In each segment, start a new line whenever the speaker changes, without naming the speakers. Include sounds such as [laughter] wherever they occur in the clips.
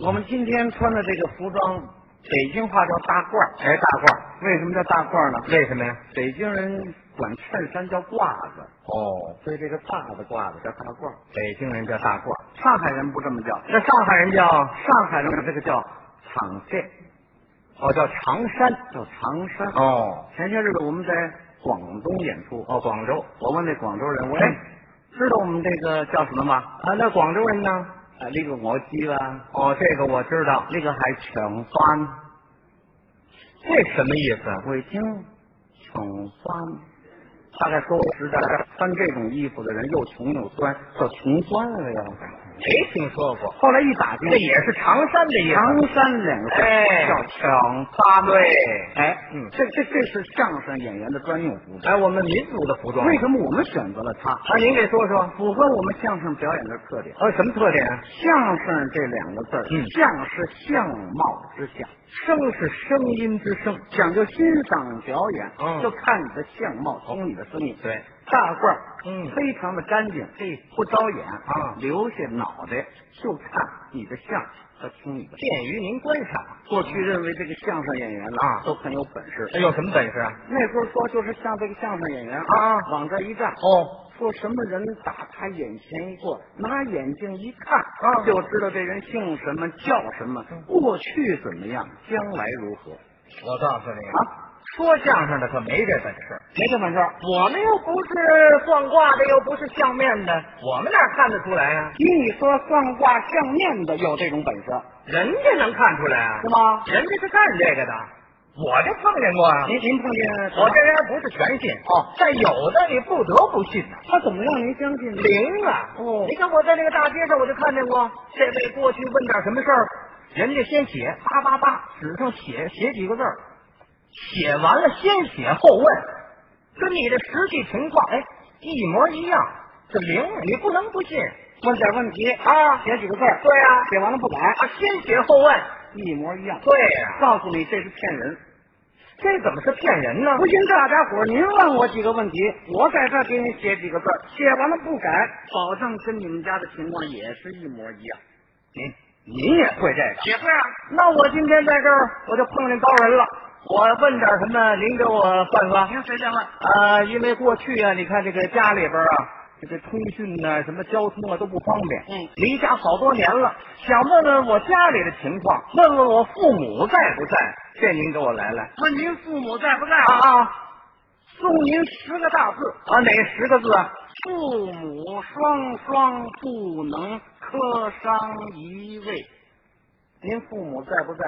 我们今天穿的这个服装，北京话叫大褂儿。
哎，大褂儿，
为什么叫大褂儿呢？
为什么呀？
北京人管衬衫叫褂子，
哦，
所以这个大的褂子叫大褂儿。
北京人叫大褂儿，
上海人不这么叫，
那上海人叫
上海人管这个叫长线，
哦叫长衫，
叫长衫。
哦
前些日子我们在广东演出，
哦广州
我问那广州人，我说哎知道我们这个叫什么吗？
啊，那广州人呢？
啊，呢个我知啦，
哦，这个我知道，
呢个係長衫。
这什么意思？啊
我一听穷酸，大概说我时代穿这种衣服的人又穷又酸，叫穷酸了呀。
没听说过，
后来一打听
这，也是长衫的意思。
长衫两个字
哎
叫长衫。
对
哎，
嗯
这这这是相声演员的专用服装。
哎，我们民族的服装
为什么我们选择了它？
啊，您给说说，
符合我们相声表演的特点。
呃，什么特点？
相声这两个字儿，
嗯
相是相貌之相，
声是声音之声，
讲究欣赏表演，
嗯
就看你的相貌，听你的声音。
对，
大褂儿，
嗯
非常的干净，
嘿
不招眼
啊
留下脑袋就看你的相和听你的。
便于您观赏。
过去认为这个相声演员呢
啊
都很有本事，
哎，有什么本事啊？
那时候说就是像这个相声演员
啊
往这一站，
哦，
说什么人打他眼前一过，拿眼睛一看
啊嗯
就知道这人姓什么叫什么，过去怎么样，将来如何
我告诉你啊，
啊？
说相声的可没这本事。
没这本事儿，
我们又不是算卦的，又不是相面的，我们哪看得出来啊？
听你说算卦相面的有这种本事
人家能看出来啊
是？吗？
人家是干这个的，我就碰见过啊。
您您碰见什么
我这人还不是全信
嗯哦
但有的你不得不信呐、
他怎么让您相信呢？
灵啊！
哦
你看我在那个大街上，我就看见过这位过去问点什么事儿，人家先写叭叭叭，纸上写写几个字儿，写完了先写后问，跟你的实际情况哎一模一样，这灵啊你不能不信。
问点问题，
啊，
写几个字儿，
对呀、
写完了不
啊
改，，
先写后问，
一模一样。
对呀、
告诉你这是骗人，
这怎么是骗人呢？
不信大家伙儿，您问我几个问题，我在这儿给你写几个字儿，写完了不改，保证跟你们家的情况也是一模一样。
您您也会这个？
也是啊，
那我今天在这儿我就碰见高人了，我问点什么，您给我算算。
您随便问。
呃，因为过去啊，你看这个家里边啊，这个通讯呐、什么交通啊都不方便。
嗯
离家好多年了，想问问我家里的情况，问问我父母在不在？这您给我来来。
问您父母在不在
啊
啊？
啊
送您十个大字：
啊！哪十个字啊？
父母双双不能磕伤一位。您父母在不在？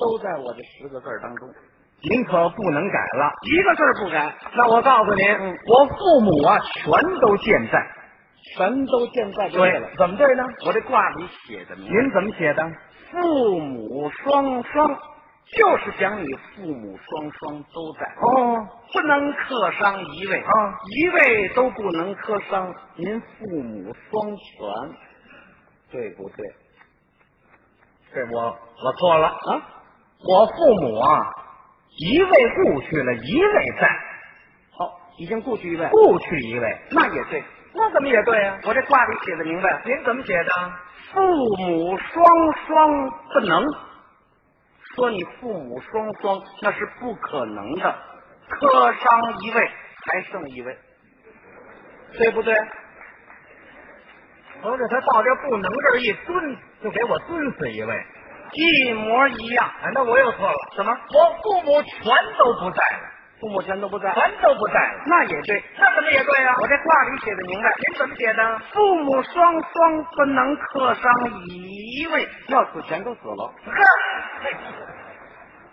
都在我这十个字儿当中，
您可不能改了。
一个字儿不改。
那我告诉您，
嗯
我父母啊全都健在。
全都健在就对了。
怎么对呢？
我这卦里写的明白，
您怎么写的？
父母双双，就是讲你父母双双都在，
哦，
不能克伤一位
啊，
一位都不能克伤。您父母双全，对不对
这我我错了。
啊？
我父母啊，一位故去了，一位在，
好，已经故去一位，
故去一位。
那也对。
那怎么也对呀、啊
我这卦里写的明白，
您怎么写的？
父母双双不能。说你父母双双，那是不可能的。磕伤一位，还剩一位，对不对？
合着他到这不能这儿一蹲，就给我蹲死一位。
一模一样。
哎，那我又错了。
什么？
我父母全都不在了，
父母全都不在？哎
全都不在了。
那也对。啊
那怎么也对呀、
我这卦里写的明白，
您怎么写的？
父母双双不能克伤一位，要死全都死了。
呵， [laughs]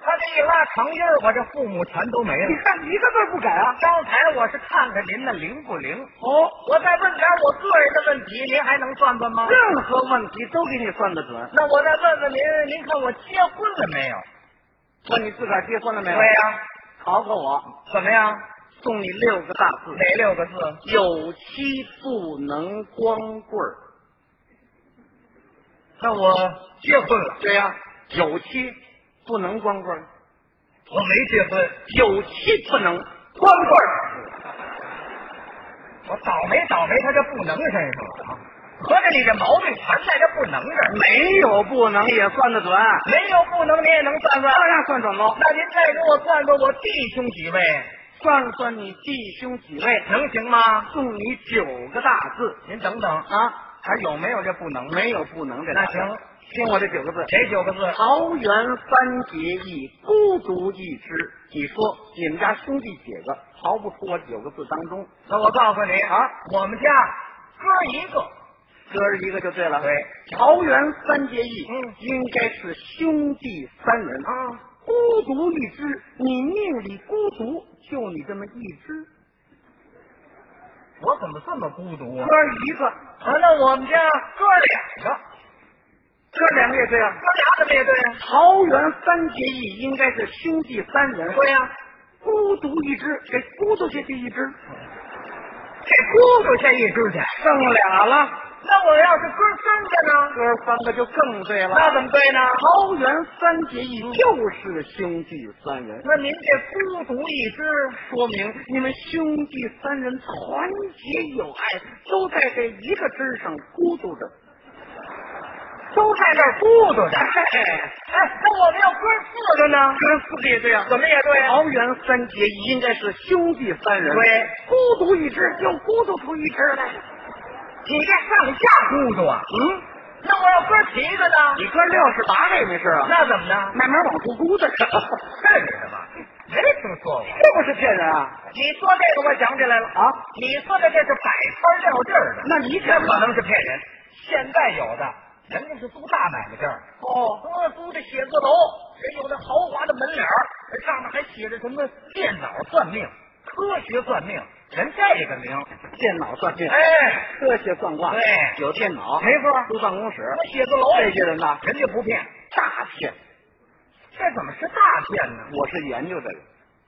他这一拉长音儿，我这父母全都没
你 [laughs]
了。
看一个字不改啊！
刚才我是看看您的灵不灵，
哦，
我再问点我个人的问题，您还能算算吗？
任何问题都给你算得准。
那我再问问您，您看我结婚了没有？
问你自个儿结婚了没
对
有？
呀、
考考我，
怎么样？
送你六个大字：
哪六个字？
有妻不能光棍儿。
那我结婚了，
对呀、有妻不能光棍儿，
我没结婚，
有妻不能
光棍儿。我倒霉倒霉，他这不能身上了啊！合着你这毛病全在这不能这儿，
没有不能也算得准。
没有不能你也能算算。
当然算准喽，
那您再给我算算我弟兄几位，
算算你弟兄几位，
能行吗？
送你九个大字
您等等，
啊！
还有没有这不能？
没有不能这俩
那
字
行，
听我这九个字：
这九个字？
桃园三结义，孤独一枝。你说你们家兄弟几个，逃不出我九个字当中，
那我告诉你
啊，
我们家哥一个，啊
哥儿一个就对了。
对，
桃园三结义，
嗯
应该是兄弟三人
啊，
孤独一只，你命里孤独，就你这么一只，
我怎么这么孤独
哥
啊？
儿一个，
啊，那我们家哥两个，
哥儿两个也对啊。
哥俩怎么也对呀？
桃园三结义应该是兄弟三人，
对呀、
孤独一只，给孤独下去一只，
这孤独先一只去。
剩俩了，
那我要是哥三个呢？
哥儿三个就更对了。
那怎么对呢？
桃园三结义就是兄弟三人，
那您这孤独一只，
说明你们兄弟三人团结友爱，都在这一个枝上孤独着。
都在这儿孤独着。
哎，
哎，那我们要哥四个呢？
哥四个也对啊。
怎么也对呀、
桃园三结义应该是兄弟三人，
对，
孤独一只就孤独出一只来。
你这上下孤独啊。
嗯，
那我要哥七个呢？
你哥六十八个也没事啊，
那怎么呢？
慢慢往出估的，
这是什么？没听说过。
[laughs] 这不是骗人啊！
你说这个，我想起来了
啊！
你说的这是摆摊撂地儿的，
那你
这不能是骗人。现在有的人家是租大买卖地儿，
哦，
呃，租的写字楼，人有的豪华的门脸儿，上面还写着什么电脑算命、科学算命，人这个名，
电脑算命，
哎，
科学算卦，
对
有电脑，
没错
租办公室，
我写字楼
这些人呐，
人家不骗，
诈骗。
这怎么是大骗呢？
我是研究这个，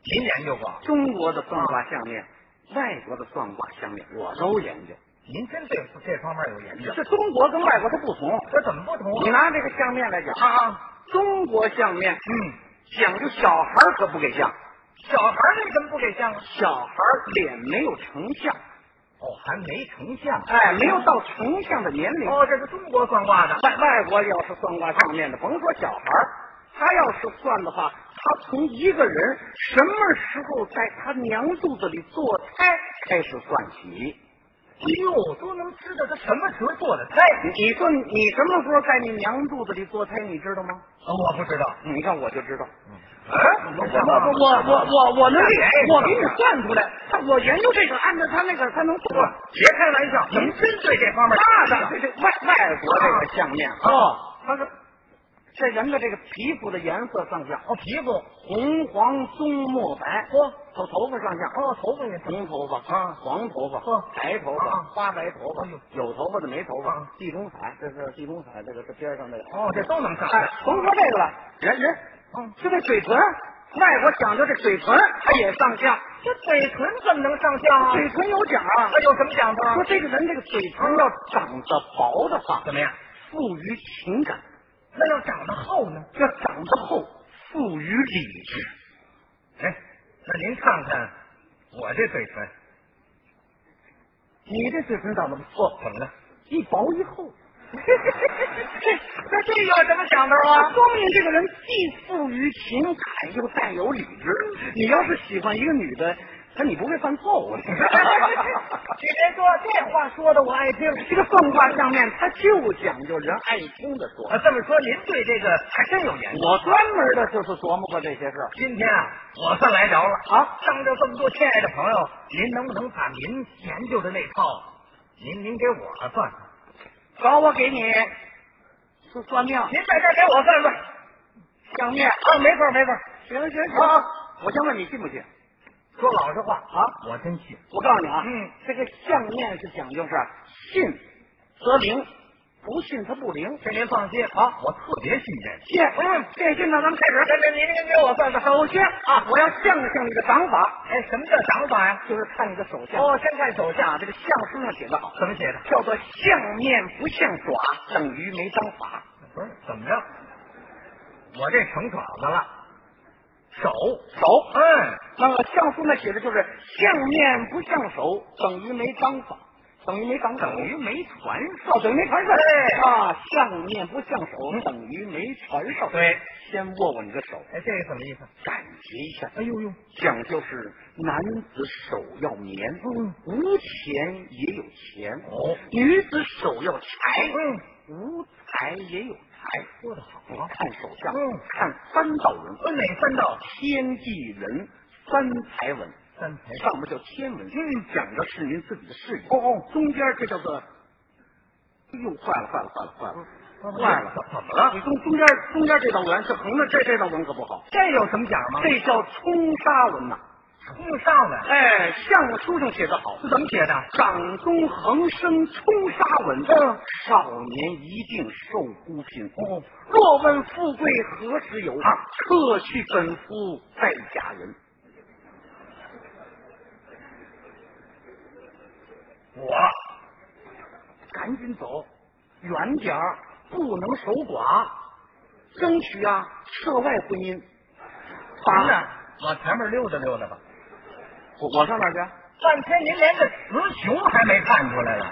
您研究过？
中国的算卦相面，外国的算卦相面，我都研究。
您真对这方面有研究？
这中国跟外国它不同，
这怎么不同
你拿这个相面来讲，
啊？啊，
中国相面
嗯，
讲究小孩儿可不给相，
小孩儿为什么不给相啊？
小孩儿脸没有成像，
哦，还没成像。
哎，没有到成像的年龄。
哦，这是中国算卦的。
外外国要是算卦相面的，甭说小孩儿，他要是算的话，他从一个人什么时候在他娘肚子里做胎开始算起。
哎呦，都能知道他什么时候做的胎。
你你说你什么时候在你娘肚子里做胎，你知道吗？
哦我不知道。
你看我就知道，
啊，
我我我我我我能给，我给你算出来，我研究这个，按照他那个他能
我
算。
别开玩笑，您真对这方
那
面大
当
的
然，这啊外外国这个相面
哦，
他是这人的这个皮肤的颜色上下，
哦，皮肤
红黄棕墨白，
嚯
头头哦发上下，
哦，头发也
红头发
啊
黄头发
呵
白头发
啊
花白头发
哎呦，
有头发的没头发
啊，
地中海，这是地中海，这个是边上这个。
哦，这都能上。
哎，甭说这个了，人人
嗯，
就这嘴唇，外国讲究这嘴唇，它也上相，
这嘴唇怎么能上相啊？
嘴唇啊有讲啊
它。有什么讲究啊
说？这个人这个嘴唇要长得薄的话，
怎么样？
富于情感；
那要长得厚呢？
要长得厚，富于理智。
哎，那您看看我这嘴唇
你这嘴唇长得不错，
怎么了？
一薄一厚，
[laughs] 这那这有什么讲究啊？
说明这个人既富于情感，又带有理智。你要是喜欢一个女的，她你不会犯错
[laughs]
误。
[laughs] 你别说这话说的我爱听。
这个算卦上面，它就讲究人爱听的说。
啊，这么说您对这个还真有研究。
我专门的就是琢磨过这些事儿。
今天啊，我算来着了
啊
上着这么多亲爱的朋友，您能不能把您研究的那套，您您给我算算？
找我给你是算命
您在这儿给我算算。
相面。
啊，没错没错。
行行行，
啊
我先问你信不信？
说老实话
啊，
我真信。
我告诉你啊，
嗯，
这个相面是讲究是信则灵，不信它不灵。
这您放心啊，我特别信任。
信，嗯，这信呢，咱们开始。
这这，您您给我算算。
首先啊，我要相信你的掌法，
哎，什么叫想法呀？
就是看你的手相。
哦，先看手
啊，
相，
这个相书上写的好，
怎么写的？
叫做相面不相耍，等于没章法。
不是怎么着？我这成爪子了，手，
手，
嗯，
那么相书呢写的就是相面不相手，等于没章法。等于没长手，
等于没传
啊，
授。哎
等于没传授。
对
啊，相面不相手，等于没传授。
对，
先握握你的手，
哎，这个怎么意思？
感觉一下。
哎呦呦，
讲究是男子手要棉，
嗯
无钱也有钱；
哦
女子手要
哎，
柴，
嗯，
无财也有财。
说的好
你
啊，
看手相，
嗯
看三道人，
分哪三道？
天地人三才文，
三才。
上面叫天文，
嗯
讲的是您自己的事业。
哦哦，
中间这叫做，哎呦，坏了坏了坏了坏了
嗯
坏了，
怎么了
你中中间中间这道文是横着，这这道文可不好，
这有什么讲吗？
这叫冲杀文呐、
冲上文
哎，相书上写的好，
是怎么写的？
掌中横生冲杀文，
嗯
少年一定受孤贫。哦，若问富贵何时有？
啊
特去本夫在家人。
我
赶紧走，远点儿，不能守寡，争取啊涉外婚姻。
行呢，往前面溜达溜达吧。
我我上哪儿去？
半天您连个雌雄还没看出来呢。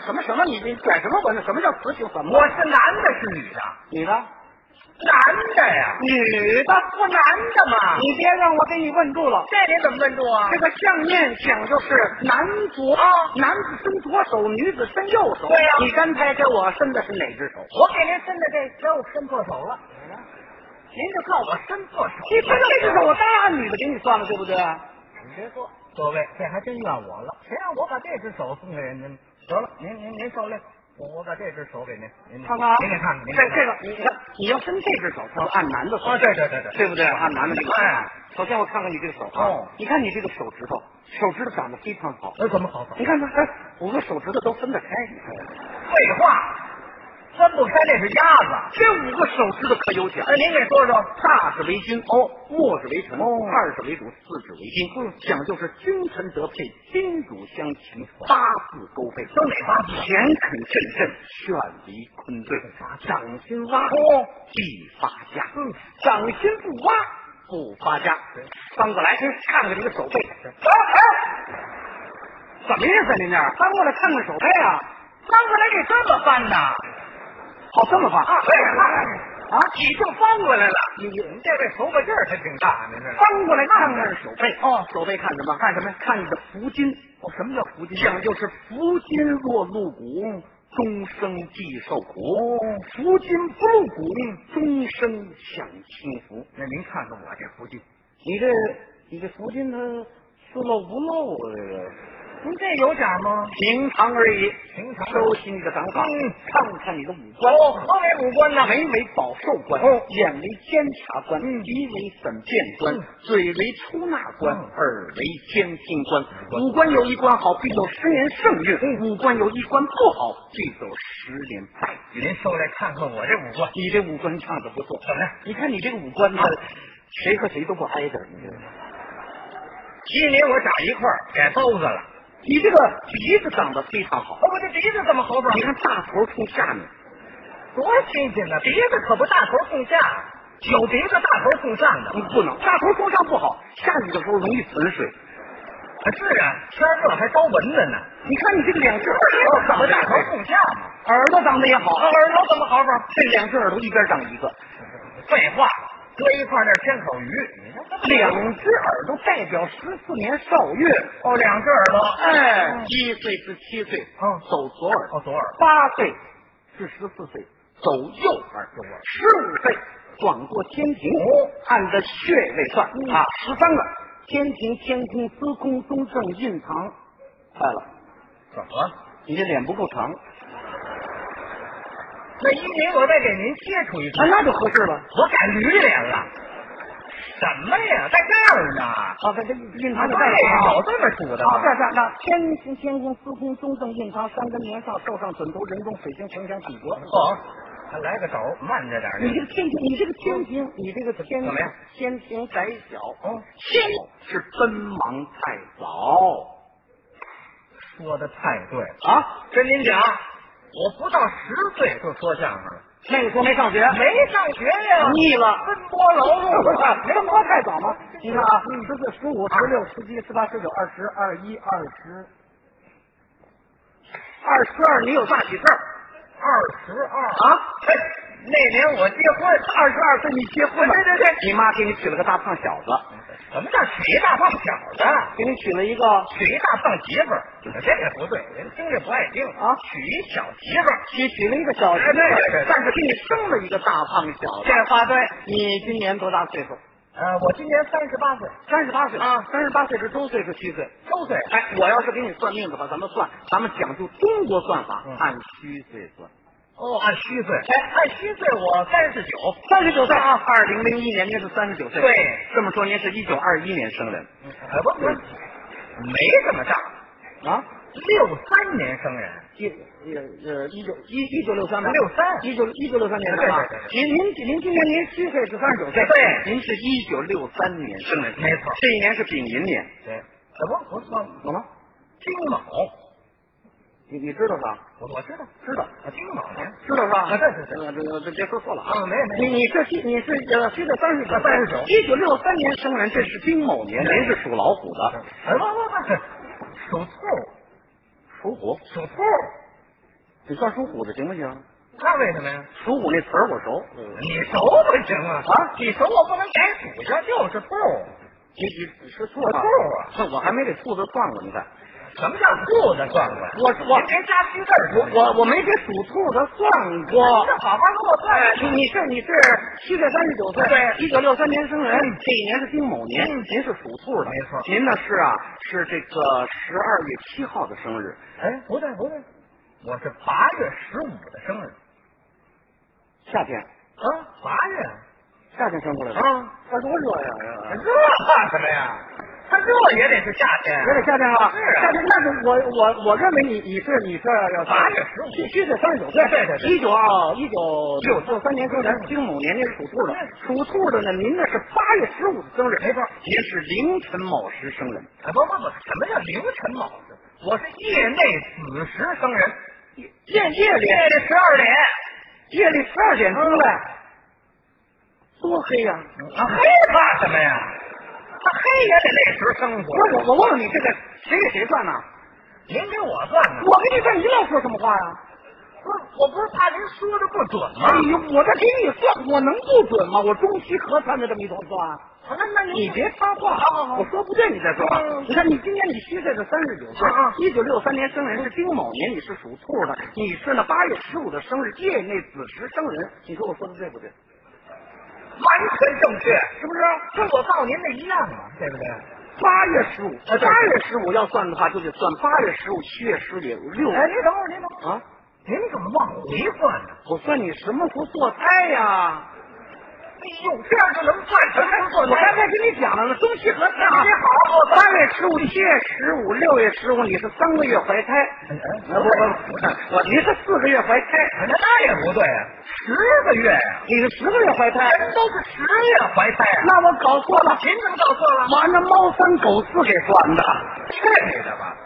什么什么？你你拽什么文呢？什么叫雌雄？怎么？
我是男的，是女的？
你呢？
男的呀，
女的
不男的吗？
你别让我给你问住了。
这你怎么问住啊
这？个相面讲究是男左，
啊
男子伸左手，女子伸右手。
对呀
你刚才给我伸的是哪只手？
我给您伸的这手伸错手了，您就告我嗯伸错手了。
你伸的这只手，我当然按女的给你算了，对不对？
你别说，各位，这还真怨我了。谁让我把这只手送给人家呢？得了，您您您受累，我我把这只手给您，您
看看啊，
您给看看，
这
您
这个，你看，你要伸这只手，它按男的算。
啊，对对对对，
对不对？按男的这个手，啊
哎，
首先我看看你这个手啊，
哦嗯
你看你这个手指头，手指头长得非常好，
那怎么好法？
你看看，哎，五个手指头都分得开，你看
废话，分不开那是鸭子。
这五个手指头可有讲
哎，您给说说，
大指为君，哦，末指为臣，
哦嗯
二指为主，四指为君，讲究是君臣得配，君主相齐，八字勾配，
都哪八字
乾坤震震，劝离坤兑，掌心挖，
哦
必发家，
嗯
掌心不挖不发家，翻过来看看这个手背，
哎哎，
怎么意思啊您这儿翻过来看看手背啊？
嗯翻过来给这么翻的，
哦，这么翻
啊
啊？
你就翻过来了。
你你
您这位头发劲儿还挺大，您这
翻过来看看手背
哦
手背看什么？看什么？看你的福金。
哦，什么叫福金
讲究是福金若露骨，终生既受苦；哦福金不露骨，终生享清福。
那您看看我这福金，
你这你这福金它是露不露啊？这个
您这有奖吗？
平常而已，
平常
收起你的掌法，
嗯
看看你的五官。
哦，何为五官呢？
眉为保寿官，
哦
眼为监察官，
嗯
鼻为审辩官
嗯，
嘴为出纳官，
嗯
耳为监听官。五官有一关好，必有十年盛运；
嗯
五官有一关不好，必有十年败运。
您受来看看我这五官，
你这五官唱的不错，
怎么样？
你看你这个五官
啊
呢，谁和谁都不挨着，
嗯
你这个。
鸡你我长一块儿，改包子了。
你这个鼻子长得非常好，
哦，我这鼻子怎么好法
你看大头冲下面，
多新鲜呢！鼻子可不大头冲下，有鼻子大头冲上的。
嗯不能大头冲上不好，下雨的时候容易存水。
是啊，天热还招蚊子呢。
你看你这个两只耳
鼻
朵
子
长得
可不
大头
大头
冲
冲下嘛。
耳朵长得也好，
耳朵怎么好法？
这两只耳朵一边长一个，
废话，搁一块儿那是天口鱼。
两只耳朵代表十四年少月。
哦，两只耳朵。
哎，一岁至七岁，
嗯
走左耳；
哦哦，左耳。
八岁至十四岁，走右耳；
右耳哦
十五岁转过天庭，按着穴位算
嗯
啊，十三个天庭、天空、司空、中正、印堂。坏了，
怎么了？
你这脸不够长，啊，
那一米我再给您切出一块，
啊那就合适了。
我改驴脸了。什么呀？在这儿呢？
啊，这这印
啊
堂就
对
带了啊
有这么数的
啊，
吗？
这这这，天行天宫司空中正印堂三根年上寿上准头人中水星城墙体格。
哦，还来个斗，慢着点儿。
你这个天庭，你这个天庭，你这个天
怎么样
天庭窄小，
哦，
天是奔忙太早
说的太对了。
啊。
跟您讲，我不到十岁就说相声了，
那个时候没上学，
没上学呀，
腻了。
奔波劳碌啊，
奔波太早吗？你看啊，十四、十五、十六、十七、十八、十九、二十、二一、二十，二十二你有大喜事儿
二十二，
啊！嘿那年我结婚，二十二岁你结婚了，
对对对
你妈给你娶了个大胖小子，啊
什么叫谁大胖小子？
给你娶了一个
谁大胖媳妇儿？这个不对，人听着不爱听
啊
娶一小媳妇儿，
娶娶了一个小媳妇
哎对对对
儿，但是给你生了一个大胖小子。
这话对。
你今年多大岁数？
呃，我今年三十八岁，
三十八岁
啊
三十八岁是周岁是虚岁？
周岁。
哎，我要是给你算命的话，咱们算，咱们讲究中国算法，
嗯
按虚岁算。
哦，按虚岁。
哎
哎，按虚岁我三十九。
三十九岁啊，二零零一年您是三十九岁，
对，
这么说您是一九二一年生人
呃，不不，没这么大。
啊？
六三年生人，
一呃呃一九一一九六三吧，
63
一九一九六三年的吧
对对对？对
您您您今年您虚岁是三十九岁，
对
您是一九六三年生人，
没错
这一年是丙寅年，
对，呃，不不错，
懂吗？
金卯，
你你知道吧？
我我知道，
知道，
啊，金卯年，
知道是吧？
啊对对对
呃，这这这别说错了啊。
啊，没啊没
你你是虚你是呃虚岁三十九，
39
一九六三年生人，这是丁卯年，您是属老虎的，
哎，不不不，属兔，
属虎，
属兔，
你算属虎的行不行？
那为什么呀？
属虎那词儿我熟，嗯，
你熟不行啊！
啊
你熟我不能改属性，就是兔。
你你是兔
我
吧？
兔
哼我还没给兔子撞过，你看，
什么叫兔子撞的？
我我
别加虚字儿，
我我我没给属兔的算过
你。好好跟我算
哎
算。
你你是你是虚岁三十九岁，
对
一九六三年生人，这一年是丁卯年，
嗯
您是属兔的，
没错
您呢是啊是这个十二月七号的生日，
哎，不对不对，我是八月十五的生日
夏天
啊，八月
夏天生过来的，
啊，
那多热呀！
这怕什么呀？它热也得是夏天
有点夏天了，
是啊
夏天，但是我我我认为你你是你是
八月十五
虚虚岁三十九岁，
对对对嗯
一九二一九六六三年生人，丁某年您是属兔的，属兔的呢，您呢是八月十五的生日，
没错
您是凌晨卯时生人，
啊不不不，什么叫凌晨卯时？我是夜内子时生人，夜夜夜里十二点
夜里十二点钟了，多黑呀！
啊，黑怕什么呀？他黑也得那时生
不
活。
是我我问问你这个谁给谁算呢？
您给我算呢？
我给你算，你老说什么话呀？
啊不是，我不是怕您说的不准吗
哎？呦，我这给你算，我能不准吗？我中西合参的这么一通算。
啊那那
你别插话，
好好好
我说不对你再说
啊嗯。
你看你今年你虚岁是三十九岁
啊啊，
一九六三年生人是丁卯年，你是属兔的，你是呢八月十五的生日，夜内子时生人。你说我说的对不对？
完全正确，
是不是？
跟我报您的一样啊，对不对？
八月十五，
对
八月十五要算的话，就得算八月十五、七月十九、六
哎，您等会儿，您等会儿，
啊！
您怎么往回算呢？
我算你什么时候做菜呀？
哎呦，这样就能算成还
我
算
刚才
来？
跟你讲了，中西合参
你
啊。
好好
八月十五、七月十五、六月十五，你是三个月怀胎，啊不不，不，你是四个月怀胎，
那那也不对啊，十个月呀、
你是十个月怀胎，
人都是十月怀胎啊。
那我搞错了，
您怎么搞错了？
我按照猫三狗四给算的。
去你的吧！